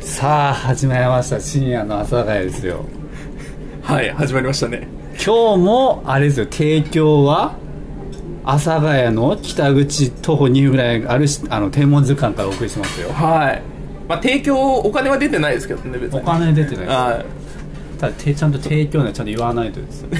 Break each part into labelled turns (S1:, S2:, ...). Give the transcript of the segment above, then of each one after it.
S1: さあ始まりました深夜の阿佐ヶ谷ですよ
S2: はい始まりましたね
S1: 今日もあれですよ提供は阿佐ヶ谷の北口徒歩2分ぐらいあるしあの天文図鑑からお送りしますよ
S2: はいまあ提供お金は出てないですけどね別に
S1: お金出てないです
S2: はい
S1: ただてちゃんと提供にはちゃんと言わないとですね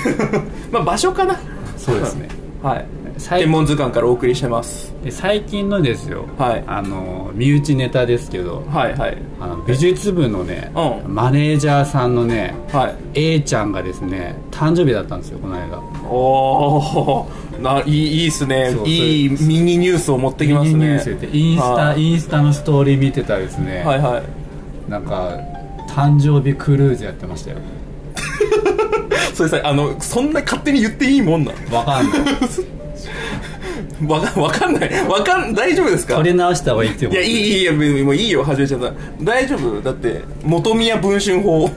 S2: まあ場所かな
S1: そうですね
S2: はい
S1: 最
S2: 天文図鑑からお送りしてます
S1: で最近のですよ、
S2: はい
S1: あの身内ネタですけど
S2: はいはい
S1: あの美術部のね、
S2: うん
S1: マネージャーさんのね
S2: はい
S1: A ちゃんがですね誕生日だったんですよこの間
S2: おーないいいいっすね
S1: そう
S2: いいミニニュースを持ってきますね
S1: ミニニュースでインスタ、
S2: はい
S1: インスタのストーリー見てたらですね、
S2: はいはい
S1: なんか誕生日クルーズやってましたよ
S2: それさあのそんな勝手に言っていいもんな
S1: わかんな い
S2: のわかわかんないわかん大丈夫ですか
S1: 取り直した方がいいって
S2: い
S1: 思
S2: や
S1: う
S2: いいいいいやもうもういいよ始めちゃった大丈夫だって元宮文春法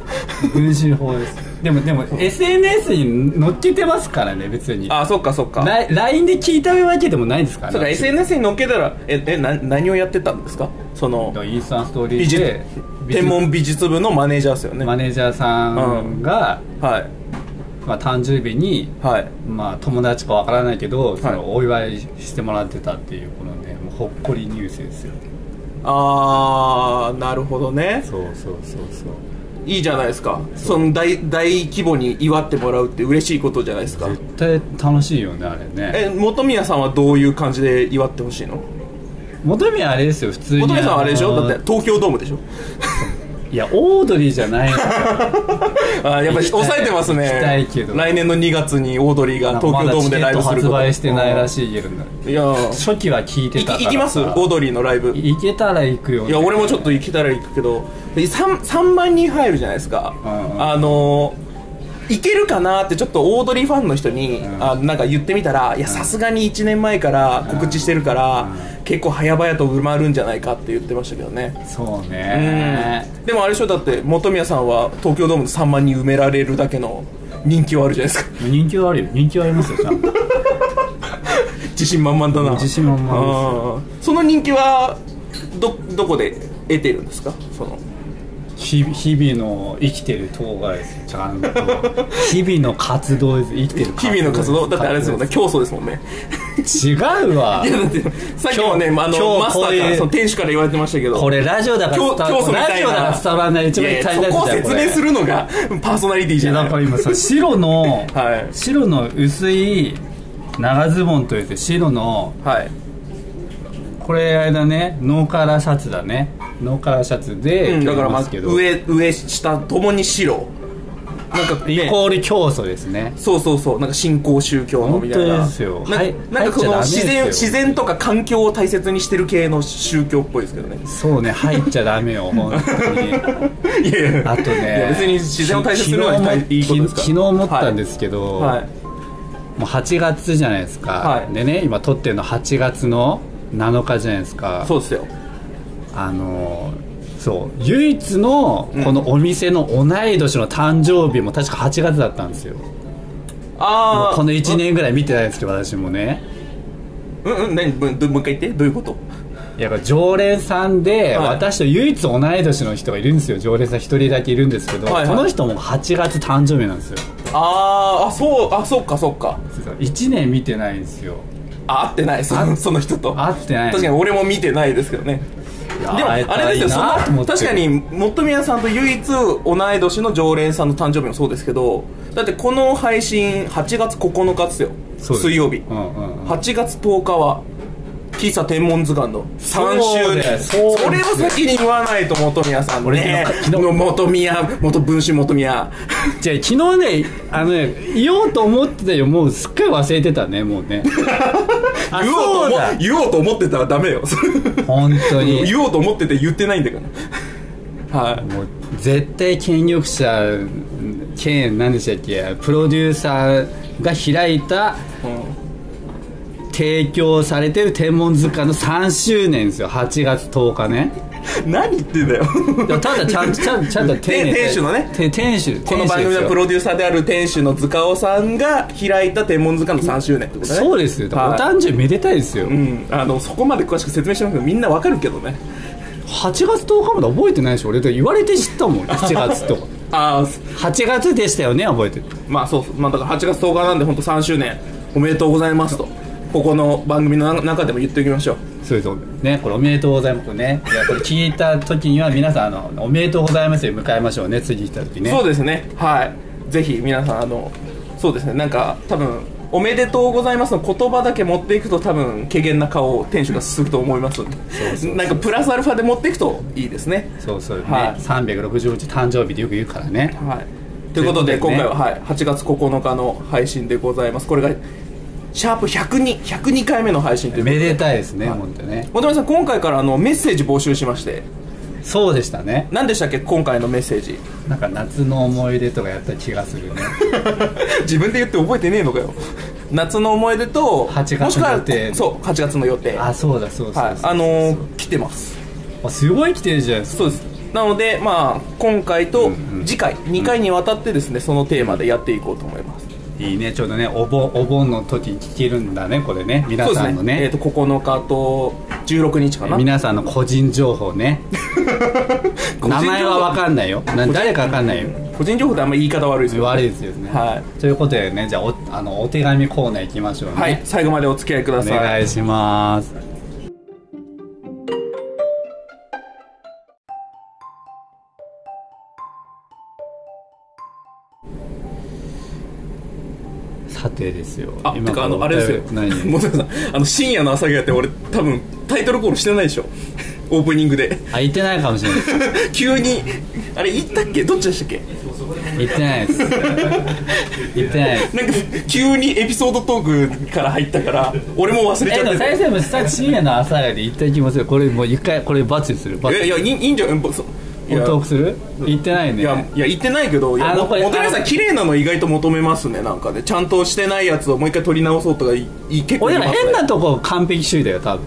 S1: 文春法ですでもでも SNS に載っけてますからね別に
S2: あそっかそっか
S1: ラ LINE で聞いたわけでもないですから
S2: そうか
S1: ね
S2: SNS に載っけたらええな何をやってたんですかその
S1: インスタのストーリ
S2: 美
S1: ー
S2: 術
S1: で
S2: 天文美術部のマネージャーですよね
S1: マネージャーさんが、
S2: はい
S1: まあ、誕生日に、
S2: はい
S1: まあ、友達かわからないけどそ
S2: はい
S1: のお祝いしてもらってたっていうこのねもうほっこりニュースですよ
S2: あーなるほどね
S1: そうそうそうそう
S2: いいじゃないですかその大大規模に祝ってもらうって嬉しいことじゃないですか
S1: 絶対楽しいよねあれね
S2: え元宮さんはどういう感じで祝ってほしいの
S1: 元宮あれですよ普通に
S2: 元宮さんはあれでしょ
S1: の
S2: だって東京ドームでしょ
S1: いやオードリーじゃないのよ
S2: あーやっぱり
S1: 行きたい
S2: 抑えてますね
S1: 行きたいけど
S2: 来年の2月にオードリーが 東
S1: ま
S2: 京
S1: だ
S2: ドー
S1: チ
S2: ム
S1: ケ
S2: で
S1: ッ
S2: ライ
S1: ト
S2: ブすること
S1: 発売してないら
S2: し
S1: しいけどね
S2: いいやー
S1: 初期は聞いて
S2: い
S1: たから
S2: き行きますオードリーのライブ
S1: 行けたら行くよ、ね、
S2: いや俺もちょっと行けたら行くけど 3, 3万人入るじゃないですか、
S1: うんうん
S2: あのー行けるかなってちょっとオードリーファンの人に、
S1: ん
S2: あなんか言ってみたらいやさすがに1年前から告知してるから、結構早々と埋まるんじゃないかって言ってましたけどね
S1: そうね
S2: でもあれでしょだって本宮さんは東京ドームで3万人埋められるだけの人気はあるじゃないですか
S1: 人気はあるよ人気はありますよちゃんと
S2: 自信満々だな
S1: 自信満々
S2: ですその人気はどどこで得てるんですかその
S1: 日々日々の生きてる当該ですちゃんと日々の活動です生きてる
S2: 日々の活動だってあれですもんね競争ですもんね
S1: 違うわ
S2: いやだってさっきもね
S1: 今日
S2: あ
S1: 今
S2: の
S1: 日
S2: マス
S1: こ
S2: タ
S1: う
S2: ーか
S1: いう
S2: らその店主から言われてましたけど
S1: これラジオだから
S2: 今日
S1: 伝
S2: 今日
S1: わ
S2: み
S1: ラ
S2: たい
S1: ジオだ
S2: な
S1: から伝わらない一番大
S2: いや
S1: 事
S2: いや
S1: な
S2: そこ
S1: こ
S2: を
S1: と
S2: 説明するのがパーソナリティじゃな
S1: だ
S2: い
S1: から今さ白の、
S2: はい
S1: 白の薄い長ズボンというて白の
S2: はい
S1: これあれだねノーカラーシャツだねノーカラーシャツで、
S2: うんだからま
S1: ま
S2: あ
S1: すけど
S2: 上上下ともに白なんか
S1: イ
S2: ね
S1: コール教祖ですね
S2: そうそうそうなんか新興宗教のみたいな
S1: 本当ですよ
S2: な
S1: はい
S2: な
S1: 入っ
S2: んかこ
S1: ちゃダメ
S2: の
S1: ですよ
S2: 自然自然とか環境を大切にしてる系の宗教っぽいですけどね
S1: そうね入っちゃダメよ本当に
S2: いやいや
S1: あと
S2: いや
S1: ね
S2: 別に自然を大切にするのは大いいことですか
S1: 昨
S2: ら
S1: 日思ったんですけど、
S2: はいはい
S1: もう8月じゃないですか、
S2: はい
S1: でね今撮ってるの8月の7日じゃないですか
S2: そうですよ
S1: あのそう唯一のこのお店の同い年の誕生日も確か8月だったんですよ
S2: ああ
S1: この1年ぐらい見てないんですけど私もね
S2: うんうん何ぶんどもう一回言ってどういうこと
S1: いや常連さんで、
S2: はい
S1: 私と唯一同い年の人がいるんですよ常連さん1人だけいるんですけど、
S2: はいはい
S1: この人も8月誕生日なんですよ
S2: あーあそうあそっかそっか
S1: 1年見てないんですよ
S2: あ会ってないそのその人と
S1: 会ってない
S2: 確かに俺も見てないですけどね
S1: で
S2: でもあれですよその確かに元宮さんと唯一同い年の常連さんの誕生日もそうですけどだってこの配信8月9日ですよ水曜日、
S1: うんうんうん
S2: 8月10日は喫茶天文図鑑の3周年
S1: そうだよそう
S2: それを先に言わないと元宮さん
S1: 俺
S2: ね
S1: 昨日昨日
S2: 元宮元文春元宮
S1: じゃあ昨日ねあのね言おうと思ってたよもうすっかり忘れてたねもう ねあ
S2: 言おうと
S1: そう
S2: 思
S1: だ
S2: 言おうと思ってたらダメよ
S1: 本当に
S2: 言おうと思ってて言ってないんだからはい
S1: もう絶対権力者兼何でしたっけプロデューサーが開いた提供されてる天文図鑑の3周年ですよ8月10日ね
S2: 何言ってんだよ
S1: でもただちゃんとちゃんとちゃんと丁寧に
S2: て店主のね
S1: て店主
S2: この番組のプロデューサーである店主の塚尾さんが開いた天文図鑑の3周年ってことね
S1: そうですよ、
S2: はい
S1: お誕生日めでたいですよ、
S2: うんあのそこまで詳しく説明してますけどみんなわかるけどね
S1: 8月10日まで覚えてないでしょ俺だって言われて知ったもん7月とか
S2: ああ
S1: 8月でしたよね覚えてる
S2: まあそうそうまあだから8月10日なんで本当3周年おめでとうございますとここの番組の中でも言っておきましょう
S1: そういうとこねこれおめでとうございますねいやこれ聞いた時には皆さんあのおめでとうございますよ迎えましょうね次来た時ね
S2: そうですねはいぜひ皆さんあのそうですねなんか多分おめでとうございますの言葉だけ持っていくと多分軽減な顔を店主がすると思いますんで
S1: うそうそう
S2: なんかプラスアルファで持っていくといいですね
S1: そうそうね、
S2: はい
S1: 360日誕生日でよく言うからね
S2: はいということで
S1: と
S2: 今
S1: いうことでね
S2: 回は、はい、8月9日の配信でございますこれがシャープ102 102回目の配信ということ
S1: め
S2: で
S1: でたいですね、本当ね
S2: 本山さん今回からあのメッセージ募集しまして
S1: そうでしたね
S2: 何でしたっけ今回のメッセージ
S1: なんか夏の思い出とかやった気がする ね
S2: 自分で言って覚えてねえのかよ夏の思い出と
S1: 8月の
S2: もしくは
S1: 予定
S2: そう8月の予定
S1: あそうだそうそうそう
S2: はい、あのー、来てます
S1: あすごい来てるじゃないですか
S2: そうですなのでまあ今回と
S1: んうん
S2: 次回、2回にわたってですねそのテーマでやっていこうと思います、
S1: いいねちょうどねお盆お盆の時に聞けるんだねこれね皆
S2: そうで
S1: さ
S2: す
S1: ん
S2: ね
S1: のね
S2: えー、と9日と16日かな
S1: 皆さんの個人情報ね
S2: 個人情報
S1: 名前は分かんないよな誰か分かんないよ
S2: 個人情報ってあんまり言い方悪いですよ
S1: 悪いですよね、
S2: は
S1: ということでねじゃあおあのお手紙コーナー行きましょうね、
S2: はい最後までお付き合いくだ
S1: お
S2: さい
S1: 願いしますさてですよ
S2: あてかあのあれですよ
S1: 何
S2: 本さんあの深夜の朝やって俺多分タイトルコールしてないでしょオープニングで
S1: あ言ってないかもしれないです
S2: 急にあれ言ったっけどっちでしたっけ
S1: 言ってない です言ってないです
S2: なんか急にエピソードトークから入ったから俺も忘れち
S1: え
S2: ゃ
S1: でも
S2: って
S1: 最
S2: て
S1: 初もさ深夜の朝やで言った気もするこれもう一回これバツにするバ
S2: い
S1: ツ
S2: やいやいいいいんじゃんぼそいや
S1: トークする言ってない
S2: い
S1: ね
S2: やいや言ってないけどいや
S1: あの
S2: も
S1: これ
S2: 本宮さ
S1: あ
S2: ん
S1: の
S2: 綺麗なの意外と求めますねなんかねちゃんとしてないやつをもう一回取り直そうとかいい結構
S1: 俺
S2: 言い
S1: ら
S2: ますね
S1: 変なとこ完璧主義だよ多分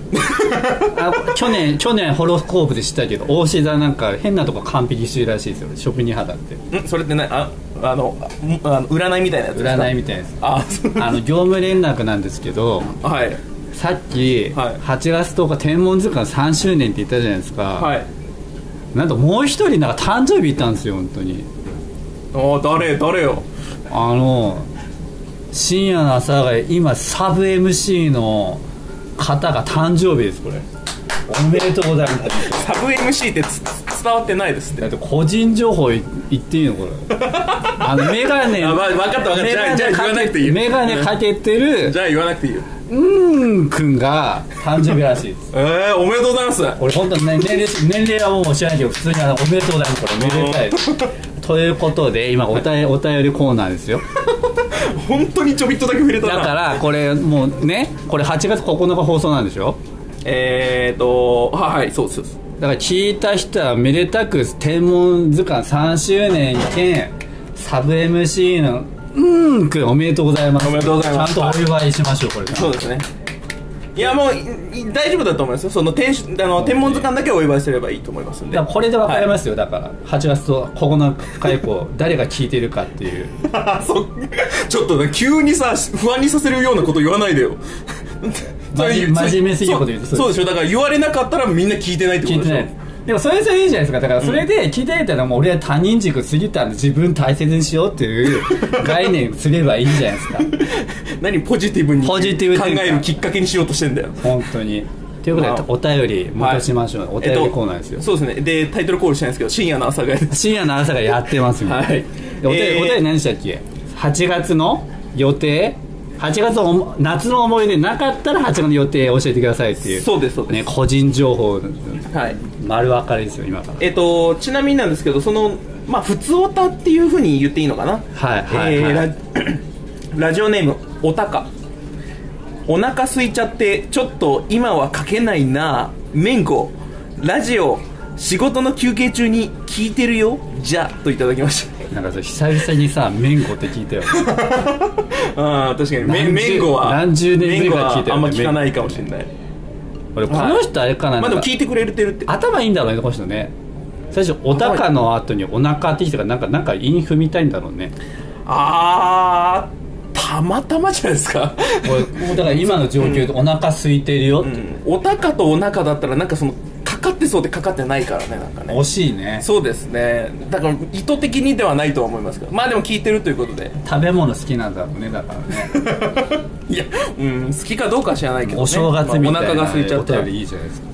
S1: あ去年去年ホロスコープで知ったけど大志田なんか変なとこ完璧主義らしいですよ職人肌って
S2: んそれってねああのああの占いみたいなやつですか
S1: 占いみたいです
S2: あそう
S1: あの業務連絡なんですけど
S2: はい
S1: さっき
S2: はい
S1: 8月10日天文図鑑3周年って言ったじゃないですか、
S2: はい
S1: なんともう一人なんか誕生日いたんですよ本当に
S2: おー誰誰よ
S1: あの深夜の朝が今サブ MC の方が誕生日ですこれおめでとうございます
S2: サブ MC ってつつ伝わってないですって
S1: だって個人情報い言っていいのこれ あのメガネ
S2: あわ分かった分かった
S1: メ
S2: じゃ
S1: ガ
S2: あじゃあ
S1: ネ
S2: 言わ
S1: か
S2: な
S1: け
S2: くていい
S1: てメガネかけてる
S2: じゃあ言わなくていいよ
S1: うーんくんが誕生日らしいです
S2: えー、おめでとうございます
S1: 俺本当ね年齢年齢はもう知らないけど普通にあのおめでとうだねこれめ でたいですということで今おたえお便りコーナーですよ
S2: 本当にちょびっとだけ触れた
S1: だ
S2: な
S1: からこれもうねこれ8月9日放送なんでしょ
S2: えーとはいはいそうです
S1: だから聞いた人はめでたく天文図鑑3周年兼サブ MC のうーんくんおめでとうございます
S2: おめでとうございます
S1: ちゃんとお祝いしましょうこれ
S2: そうですねいやもういい大丈夫だと思いますよその天守あの天文図鑑だけお祝いすればいいと思いますんで
S1: だからこれで分かりますよ、だから8月と9日以降誰が聞いてるかっていう
S2: そちょっとね急にさ不安にさせるようなこと言わない でよそれ
S1: 真面真面目すぎること言うと
S2: そうそうでしょだから言われなかったらみんな聞いてないってこ
S1: 聞い
S2: と
S1: て
S2: でし
S1: な
S2: ょ
S1: いですでもそれそれいいじゃないですかだからそれで聞いてないったらもう俺は他人軸過ぎたんで自分大切にしようっていう概念すればいいじゃないですか
S2: 何ポジティブに
S1: ポジティブっ
S2: 考
S1: ていうか
S2: えるきっかけにしようとしてんだよ
S1: 本当にということでお便り戻しましょう、
S2: はい
S1: お便りコーナーですよ、
S2: えっとそうですねでタイトルコールしてないんですけど深夜の朝がやる
S1: 深夜の朝からやってますみたいな
S2: はい
S1: でお便り、
S2: えー
S1: お便り何でしたっけ8月の予定8月の思夏の思い出なかったら8月の予定教えてくださいっていう
S2: そうですそうで
S1: ね個人情報
S2: す、はい
S1: 丸分かりですよ今から
S2: えっとちなみになんですけどそのまあ普通オタっていうふうに言っていいのかな
S1: はいはい
S2: えー
S1: はい
S2: ラ ラジオネームおたかお腹空いちゃってちょっと今は書けないなめんこラジオ仕事の休憩中に聞いてるよじゃといただきまし
S1: なんかそれ久々にさ「めんこ」って聞いた よ
S2: たあー確か
S1: 何
S2: にめ
S1: 十
S2: めんこは
S1: 何十年ぶりから聞いたよね
S2: めんこはあんま聞かないかもしれない
S1: 俺この人あれかな,、
S2: まあでも
S1: なんか
S2: 聞いてくれてるって
S1: 頭いいんだろうねこの人ね最初お高の後にお腹ってきたからなんかなんか韻踏みたいんだろうね
S2: あーたまたまじゃないですか
S1: 俺だから今の状況でお腹空いてるよって、
S2: お腹とお腹だったらなんかそのかかってそうでかかってないからねなんかね
S1: 惜しいね
S2: そうですねだから意図的にではないとは思いますけどまあでも聞いてるということで
S1: 食べ物好きなんだろうねだからね
S2: いやうん好きかどうかは知らないけど、ね、
S1: お正月みた
S2: まあお
S1: い
S2: 腹
S1: な
S2: が空いちゃ
S1: お
S2: った
S1: 便りいいじゃないですか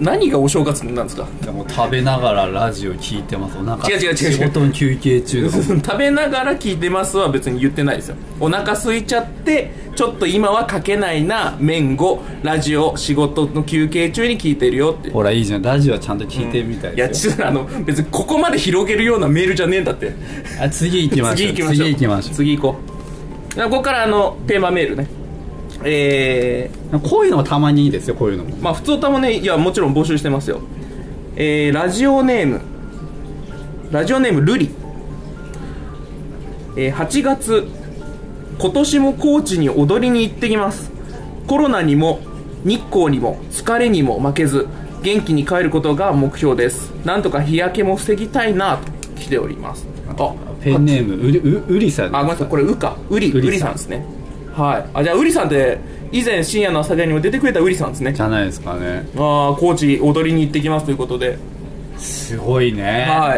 S2: 何がお正月なんですか
S1: でも食べながらラジオ聞いてますお腹
S2: 違う違う違う違う
S1: 仕事の休憩中だもん
S2: 食べながら聞いてますは別に言ってないですよお腹空いちゃってちょっと今は書けないな面後ラジオ仕事の休憩中に聞いてるよって
S1: ほらいいじゃんラジオちゃんと聞いてみたい
S2: いや
S1: ですよ、
S2: ちょっとあの別にここまで広げるようなメールじゃねえんだって
S1: あ次行きましょう
S2: 次行きましょう
S1: 次行きましょ
S2: 次行こうここからあのテーマメールねえ
S1: うこういうのもたまにいいですよこういうのも
S2: ー、まあ普通歌もねいやもちろん募集してますよえー、ラジオネームラジオネームルリ、えー、8月今年も高知に踊りに行ってきますコロナにも日光にも疲れにも負けず元気に帰ることが目標ですなんとか日焼けも防ぎたいなと来ておりますあ
S1: ペンネームうりううりさん
S2: あ、ごめんなさい、これ、うか、うり、
S1: う
S2: う
S1: りさん
S2: りさんですね。はい、あ、じゃあ、うりさんって、以前深夜の朝会にも出てくれたうりさんですね
S1: じ。ゃないですかね
S2: ああ、高知踊りに行ってきますということで。
S1: すごいね、
S2: は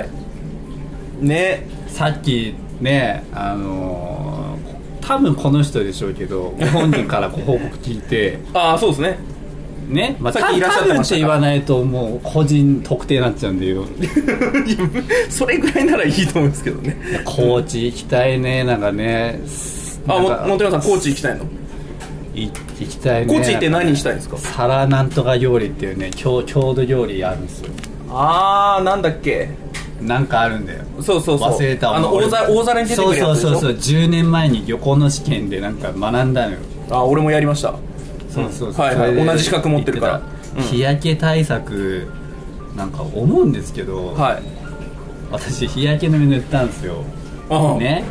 S2: い。ね、
S1: さっきねあのー多分この人でしょうけどご本人からご報告聞い て
S2: ああ、そうですね。
S1: ね、まあ、
S2: さっきいらっしゃ
S1: 多
S2: って
S1: 分
S2: ま
S1: っ
S2: した
S1: て
S2: から
S1: 言わないともう個人特定になっちゃうんでよ
S2: それぐらいならいいと思うんですけどね。
S1: 高知行きたいねなんかね
S2: あ、
S1: なん
S2: も、
S1: か
S2: もてなさん、高知行きたいの。
S1: い行きたいね
S2: 高知行って何したいんですか。
S1: サラなんとか料理っていうね郷郷土料理あるんですよ
S2: ああ、なんだっけ。
S1: なんかあるんだよ
S2: そうそうそう。
S1: 忘れたわ
S2: あの、
S1: 俺
S2: 大皿、大皿に出てくるやつでし
S1: そ
S2: ょ。
S1: うそうそうそう10年前に旅行の試験でなんか学んだのよ
S2: あ、俺もやりました。
S1: そうそうそう
S2: はいはい
S1: それで
S2: 同じ資格持ってるか
S1: 言
S2: ら
S1: ってた日焼け対策なんか思うんですけど、
S2: はい。
S1: 私日焼け止め塗ったんですよ
S2: あ、ね、
S1: ね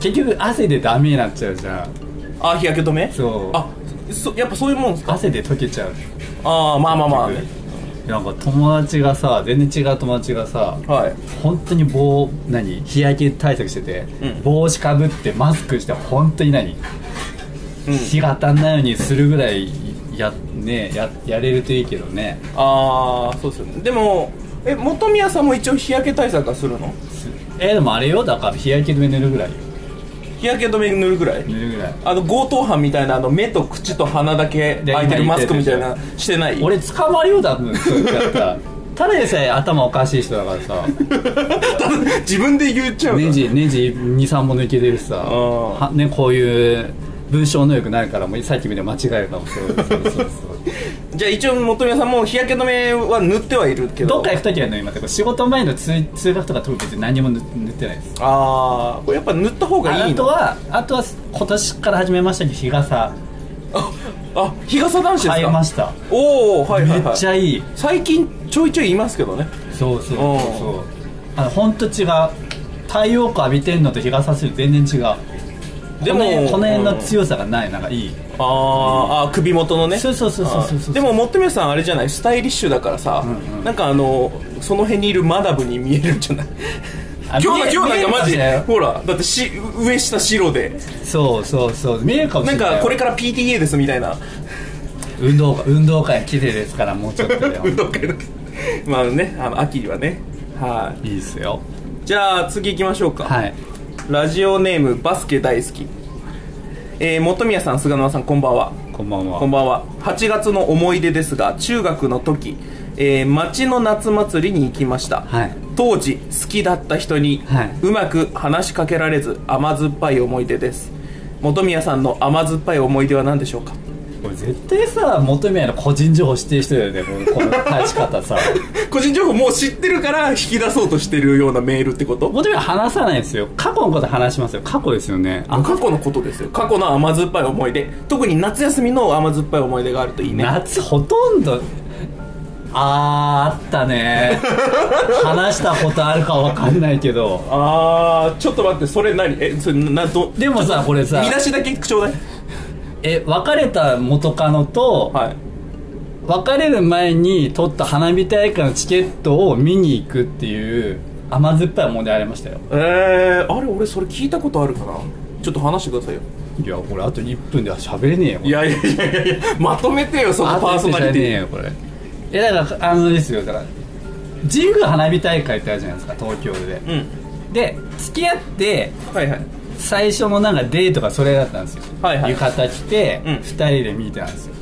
S1: 結局汗でダメになっちゃうじゃん
S2: あ、日焼け止め。
S1: そう
S2: あ、そ、やっぱそういうもんですか。
S1: 汗で溶けちゃう
S2: ああ、まあまあまあ、
S1: なんか友達がさ全然違う友達がさ
S2: はい。
S1: 本当に棒何日焼け対策してて、
S2: うん
S1: 帽子かぶってマスクして本当に何、
S2: うん
S1: 日が当たんないようにするぐらいや,、ね、ややれるといいけどね
S2: ああそうですよねでもえ本宮さんも一応日焼け対策はするの
S1: すえでもあれよだから日焼け止め塗るぐらいよ
S2: 日焼け止め塗るぐらい
S1: 塗るぐらい
S2: あの強盗犯みたいなあの目と口と鼻だけ
S1: で
S2: 開いてる
S1: 今
S2: マスク
S1: 言
S2: み
S1: って
S2: た
S1: た
S2: いなしてない
S1: 俺捕まるよ多分そうやったらただでさえ頭おかしい人だからさ
S2: 自分で言っちゃうから
S1: ネジネジ23本抜けてるしさ
S2: ん
S1: は、ね、こういう文章能力ないからもうさっきみたいに間違えるかもしれないそうそう そう
S2: じゃあ一応本宮さんも日焼け止めは塗ってはいるけど
S1: どっか行く時はね今仕事前の通通学とか特別に何も塗塗ってないです
S2: ああこれやっぱ塗った方が
S1: あ
S2: いい
S1: あと
S2: のあ
S1: はあとは今年から始めましたけど日傘
S2: あ日傘男子です
S1: 買い
S2: か
S1: ました
S2: おおはいは
S1: め
S2: いは
S1: っ
S2: い
S1: ちゃいい
S2: 最近ちょいちょい言いますけどね
S1: そうそうそう
S2: うん
S1: そうあの本当違う太陽光浴びてんのと日が差する全然違う
S2: で
S1: で
S2: も
S1: もこの辺
S2: う
S1: の
S2: ん
S1: 強さがないなんかいい
S2: あーあー首元のね
S1: そうそうそうそうそうそう
S2: でももっとみさんあれじゃないスタイリッシュだからさ、
S1: んうん
S2: なんかあのその辺にいるマダブに見えるんじゃない
S1: あ
S2: 今日の
S1: 見え
S2: 今日なん
S1: 見えるか
S2: かマジで
S1: もしれないよ
S2: ほらだってし上下白で
S1: そうそうそう見えるかもし
S2: な
S1: れ
S2: ん
S1: ないよ
S2: かこれから PTA ですみたいな
S1: 運動会運動会来てですからもうちょっとで
S2: 運動会のまあねあの秋にはねはい
S1: いいっすよ
S2: いじゃあ次行きましょうか、
S1: はい
S2: ラジオネームバスケ大好きえー、本宮さん菅沼さんこんばんは
S1: こんばんは
S2: こんばんは8月の思い出ですが中学の時、えー町の夏祭りに行きました、
S1: はい
S2: 当時好きだった人に
S1: はいう
S2: まく話しかけられず甘酸っぱい思い出です本宮さんの甘酸っぱい思い出は何でしょうか
S1: これ絶対さ求めないの個人情報指定してるよねこの この返し方さ
S2: 個人情報もう知ってるから引き出そうとしてるようなメールってこと
S1: 求めは話さないですよ過去のこと話しますよ過去ですよねあ
S2: 過去のことですよ過去の甘酸っぱい思い出特に夏休みの甘酸っぱい思い出があるといいね
S1: 夏ほとんどあーあったね話したことあるかわかんないけど
S2: あーちょっと待ってそれ何えそれなど
S1: でもさこれさ
S2: 見出しだけちょうだい
S1: え別れた元カノと、
S2: はい
S1: 別れる前に取った花火大会のチケットを見に行くっていう甘酸っぱい問題ありましたよ
S2: えー、あれ俺それ聞いたことあるかなちょっと話してくださいよ
S1: いやこれあと1分では喋れねえよこれ
S2: いやいやいやいやまとめてよその
S1: あと
S2: パー
S1: 1
S2: ソ
S1: 分
S2: ナ
S1: じゃね
S2: リティ
S1: えよこれえだからあのですよだから神宮花火大会ってあるじゃないですか東京で
S2: うん
S1: で付き合って
S2: はいはい
S1: 最初のなんかデートがそれだったんですよ、
S2: はいはい
S1: 浴衣着て、
S2: うん
S1: 二人で見てたんですよ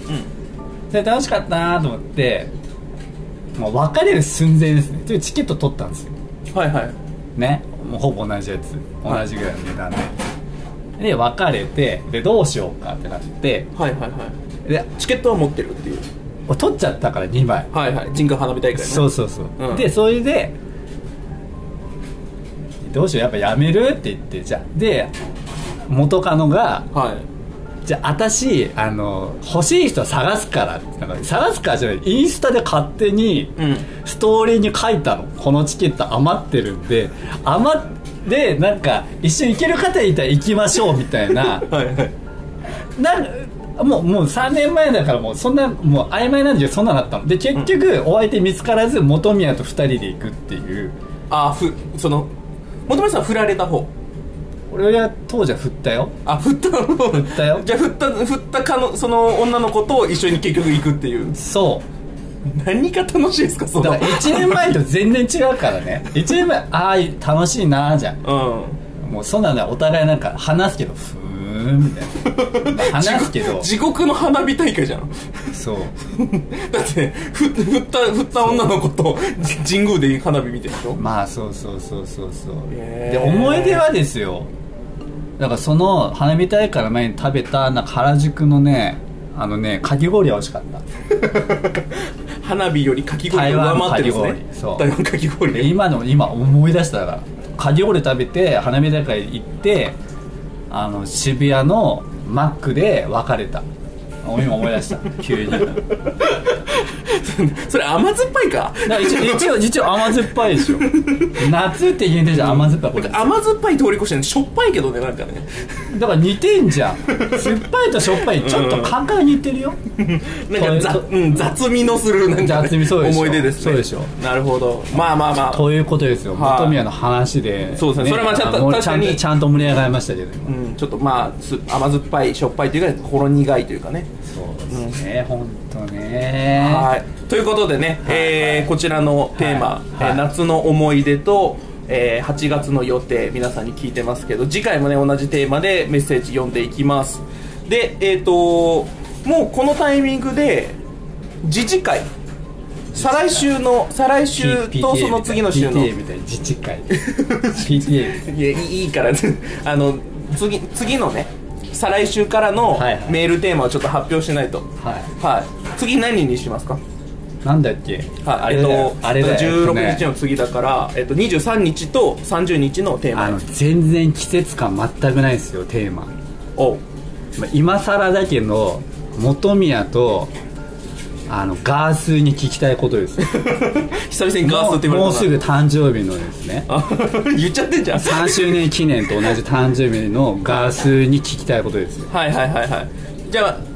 S1: で楽しかったなと思ってもう別れる寸前ですねでチケット取ったんですよ
S2: うんはいはい
S1: ねもうほぼ同じやつ
S2: はい
S1: 同じぐらいの値段で、で別れてでどうしようかってなって
S2: はいはいはい
S1: で
S2: チケットは持ってるっていう
S1: 俺取っちゃったから2枚
S2: はいはい人工花火大会の
S1: そうそうそう、
S2: うん
S1: でそれでどうしようやっぱやめるって言ってじゃあで元カノが
S2: はい
S1: じゃあ私あの欲しい人探すからってなんか探すからじゃないインスタで勝手に
S2: うん
S1: ストーリーに書いたのこのチケット余ってるんで余っでなんか一緒に行ける方いたら行きましょうみたい な
S2: はいはい
S1: なんもうもう3年前だからもうそんなもう曖昧なんだけどそんなのあったので結局お相手見つからず元宮と2人で行くっていう
S2: あふその元村さんは振られた方
S1: 俺は当時は振ったよ
S2: あ振ったの方振
S1: ったよ
S2: じゃあ振った振ったかのその女の子と一緒に結局行くっていう
S1: そう
S2: 何が楽しいですかその
S1: だから1年前と全然違うからね1年前ああ楽しいなーじゃん
S2: うん
S1: もうそんなのお互いなんか話すけどふーんみたいな 話すけど
S2: 地獄の花火大会じゃん
S1: そう
S2: だってふ振った振った女の子とじ神宮で花火見てるでしょ
S1: まあそうそうそうそうそう
S2: へー
S1: で思い出はですよだからその花火大会の前に食べたなんか原宿のねあのねかき氷は美味しかった
S2: 花火よりかき氷が上回ってるんですね
S1: 台
S2: 台湾かき氷
S1: で今の今思い出したからかき氷食べて花火大会行ってあの渋谷のマックで別れた今思い出した急にだか
S2: それ甘酸っぱいから
S1: 一応一応一応甘酸っぱいでしょ夏って限定じゃん甘酸っぱいこれだか
S2: 甘酸っぱい通り越してねしょっぱいけどねなんかね
S1: ら似てんじゃん酸っぱいとしょっぱいちょっと感覚似てるよ
S2: なんかざ、
S1: そう
S2: うん、雑味のするなんか、ね、
S1: 雑味そうでしょ
S2: 思い出ですね
S1: そうでしょ
S2: なるほどまあまあまあ
S1: ということですよ
S2: はい
S1: 元宮の話で
S2: そうですねそれはまあちゃんと
S1: あの
S2: 確か
S1: ち
S2: に
S1: ゃんとちゃんと盛り上がりましたけど今
S2: うん、ちょっとまあす甘酸っぱいしょっぱいというかほろ苦いというかね
S1: そうですね本当ね
S2: はいということでね、えーこちらのテーマ、
S1: はい
S2: えー
S1: は
S2: 夏の思い出と、えー8月の予定皆さんに聞いてますけど次回もね同じテーマでメッセージ読んでいきますでえっ、ともうこのタイミングで自治会再来週の再来週
S1: P-
S2: とその次の週の
S1: PTA みたいな自治会 PTA
S2: いやいいいいから あの次次のね再来週からの
S1: はいはい
S2: メールテーマをちょっと発表しないとはい、
S1: は
S2: 次何にしますか
S1: いなんだっけ
S2: は
S1: あ
S2: い、
S1: れ
S2: えっ
S1: だ
S2: と
S1: よ、あれだよ
S2: 16日
S1: ね
S2: の次だから、えっと、23日と30日のテー
S1: あ
S2: マ
S1: の全然季節感全くないですよテーマ
S2: を
S1: まあ今更だけど元宮とあのガースーに聞きたいことですよ
S2: 久々にガースって言わ
S1: もうもう
S2: れた
S1: すぐ誕生日のですね
S2: な 言っちゃってんじゃん
S1: 3周年記念と同じ誕生日のガースーに聞きたいことですよ
S2: はいはいはいはいじゃあ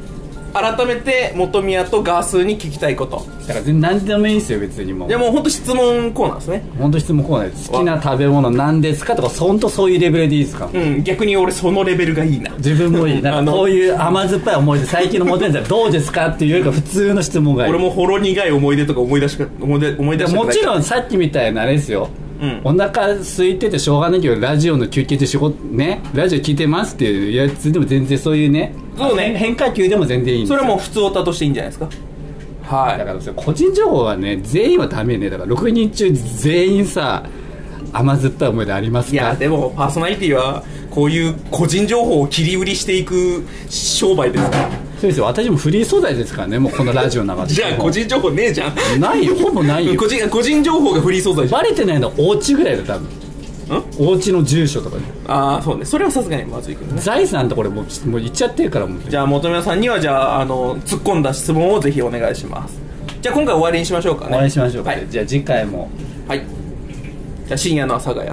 S2: 改めて元宮とガースに聞きたいこと
S1: だから全然何でもいいんですよ別にもう
S2: いやもう本当質問コーナーですね
S1: 本当質問コーナーです好きな食べ物何ですかとか本当そういうレベルでいいですか
S2: うん逆に俺そのレベルがいいな
S1: 自分もいいな
S2: あ
S1: ん
S2: の
S1: かこういう甘酸っぱい思い出最近のモテるやつはどうですかっていうよりか普通の質問がいい
S2: 俺もほろ苦い思い出とか思い出しか思い出思い出
S1: で
S2: し
S1: もち
S2: ん
S1: ろんさっきみたいなあれですよ、
S2: うん
S1: お腹空いててしょうがないけどラジオの休憩で仕事ねラジオ聞いてますっていうやつでも全然そういうね
S2: そうね
S1: 変化球でも全然いいんです
S2: そ
S1: よ
S2: れはもう普通オタとしていいんじゃないですかはい
S1: だからそれ個人情報はね全員はダメねだから6人中全員さ甘酸っぱい思い出ありますか
S2: いやでもパーソナリティはこういう個人情報を切り売りしていく商売ですから
S1: そうですよ私もフリー素材ですからねもうこのラジオの中で
S2: じゃあ個人情報ねえじゃん
S1: ないよほぼないよ
S2: 個人個人情報がフリー素材じゃん
S1: バレてないのはお家ぐらいだよ多分お家の住所とかで
S2: ああそうねそれはさすがにまずいけどね
S1: 財産とこれもうもう言っちゃってるからもう
S2: じゃあ元宮さんにはじゃああの突っ込んだ質問をぜひお願いしますじゃあ今回終わりにしましょうかね
S1: お会いしましょうか、
S2: はい、
S1: じゃあ次回も
S2: はい、じゃあ深夜の阿佐ヶ谷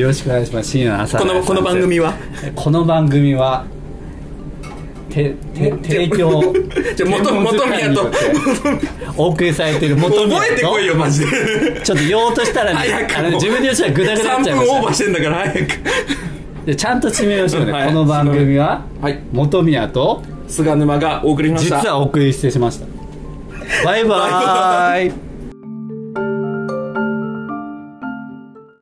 S1: よろしくお願いします深夜の朝
S2: このこの番組は
S1: この番組はてて提供
S2: じゃあ元元宮
S1: 天
S2: と
S1: 文図鑑によってお送りされている元宮と
S2: 覚えてこいよマジ で
S1: ちょっと言おうとしたらね
S2: 早く
S1: あ のね自分で言うとしたらグダグダになっちゃい
S2: 3
S1: ま
S2: 分オーバー
S1: し
S2: してんだから早く
S1: たでちゃんと締めましょうね、
S2: はい
S1: この番組は
S2: はい
S1: 元宮と
S2: 菅沼がお送りしまし
S1: 実
S2: た
S1: はお送りしてしました
S3: バイバーイ
S1: バイ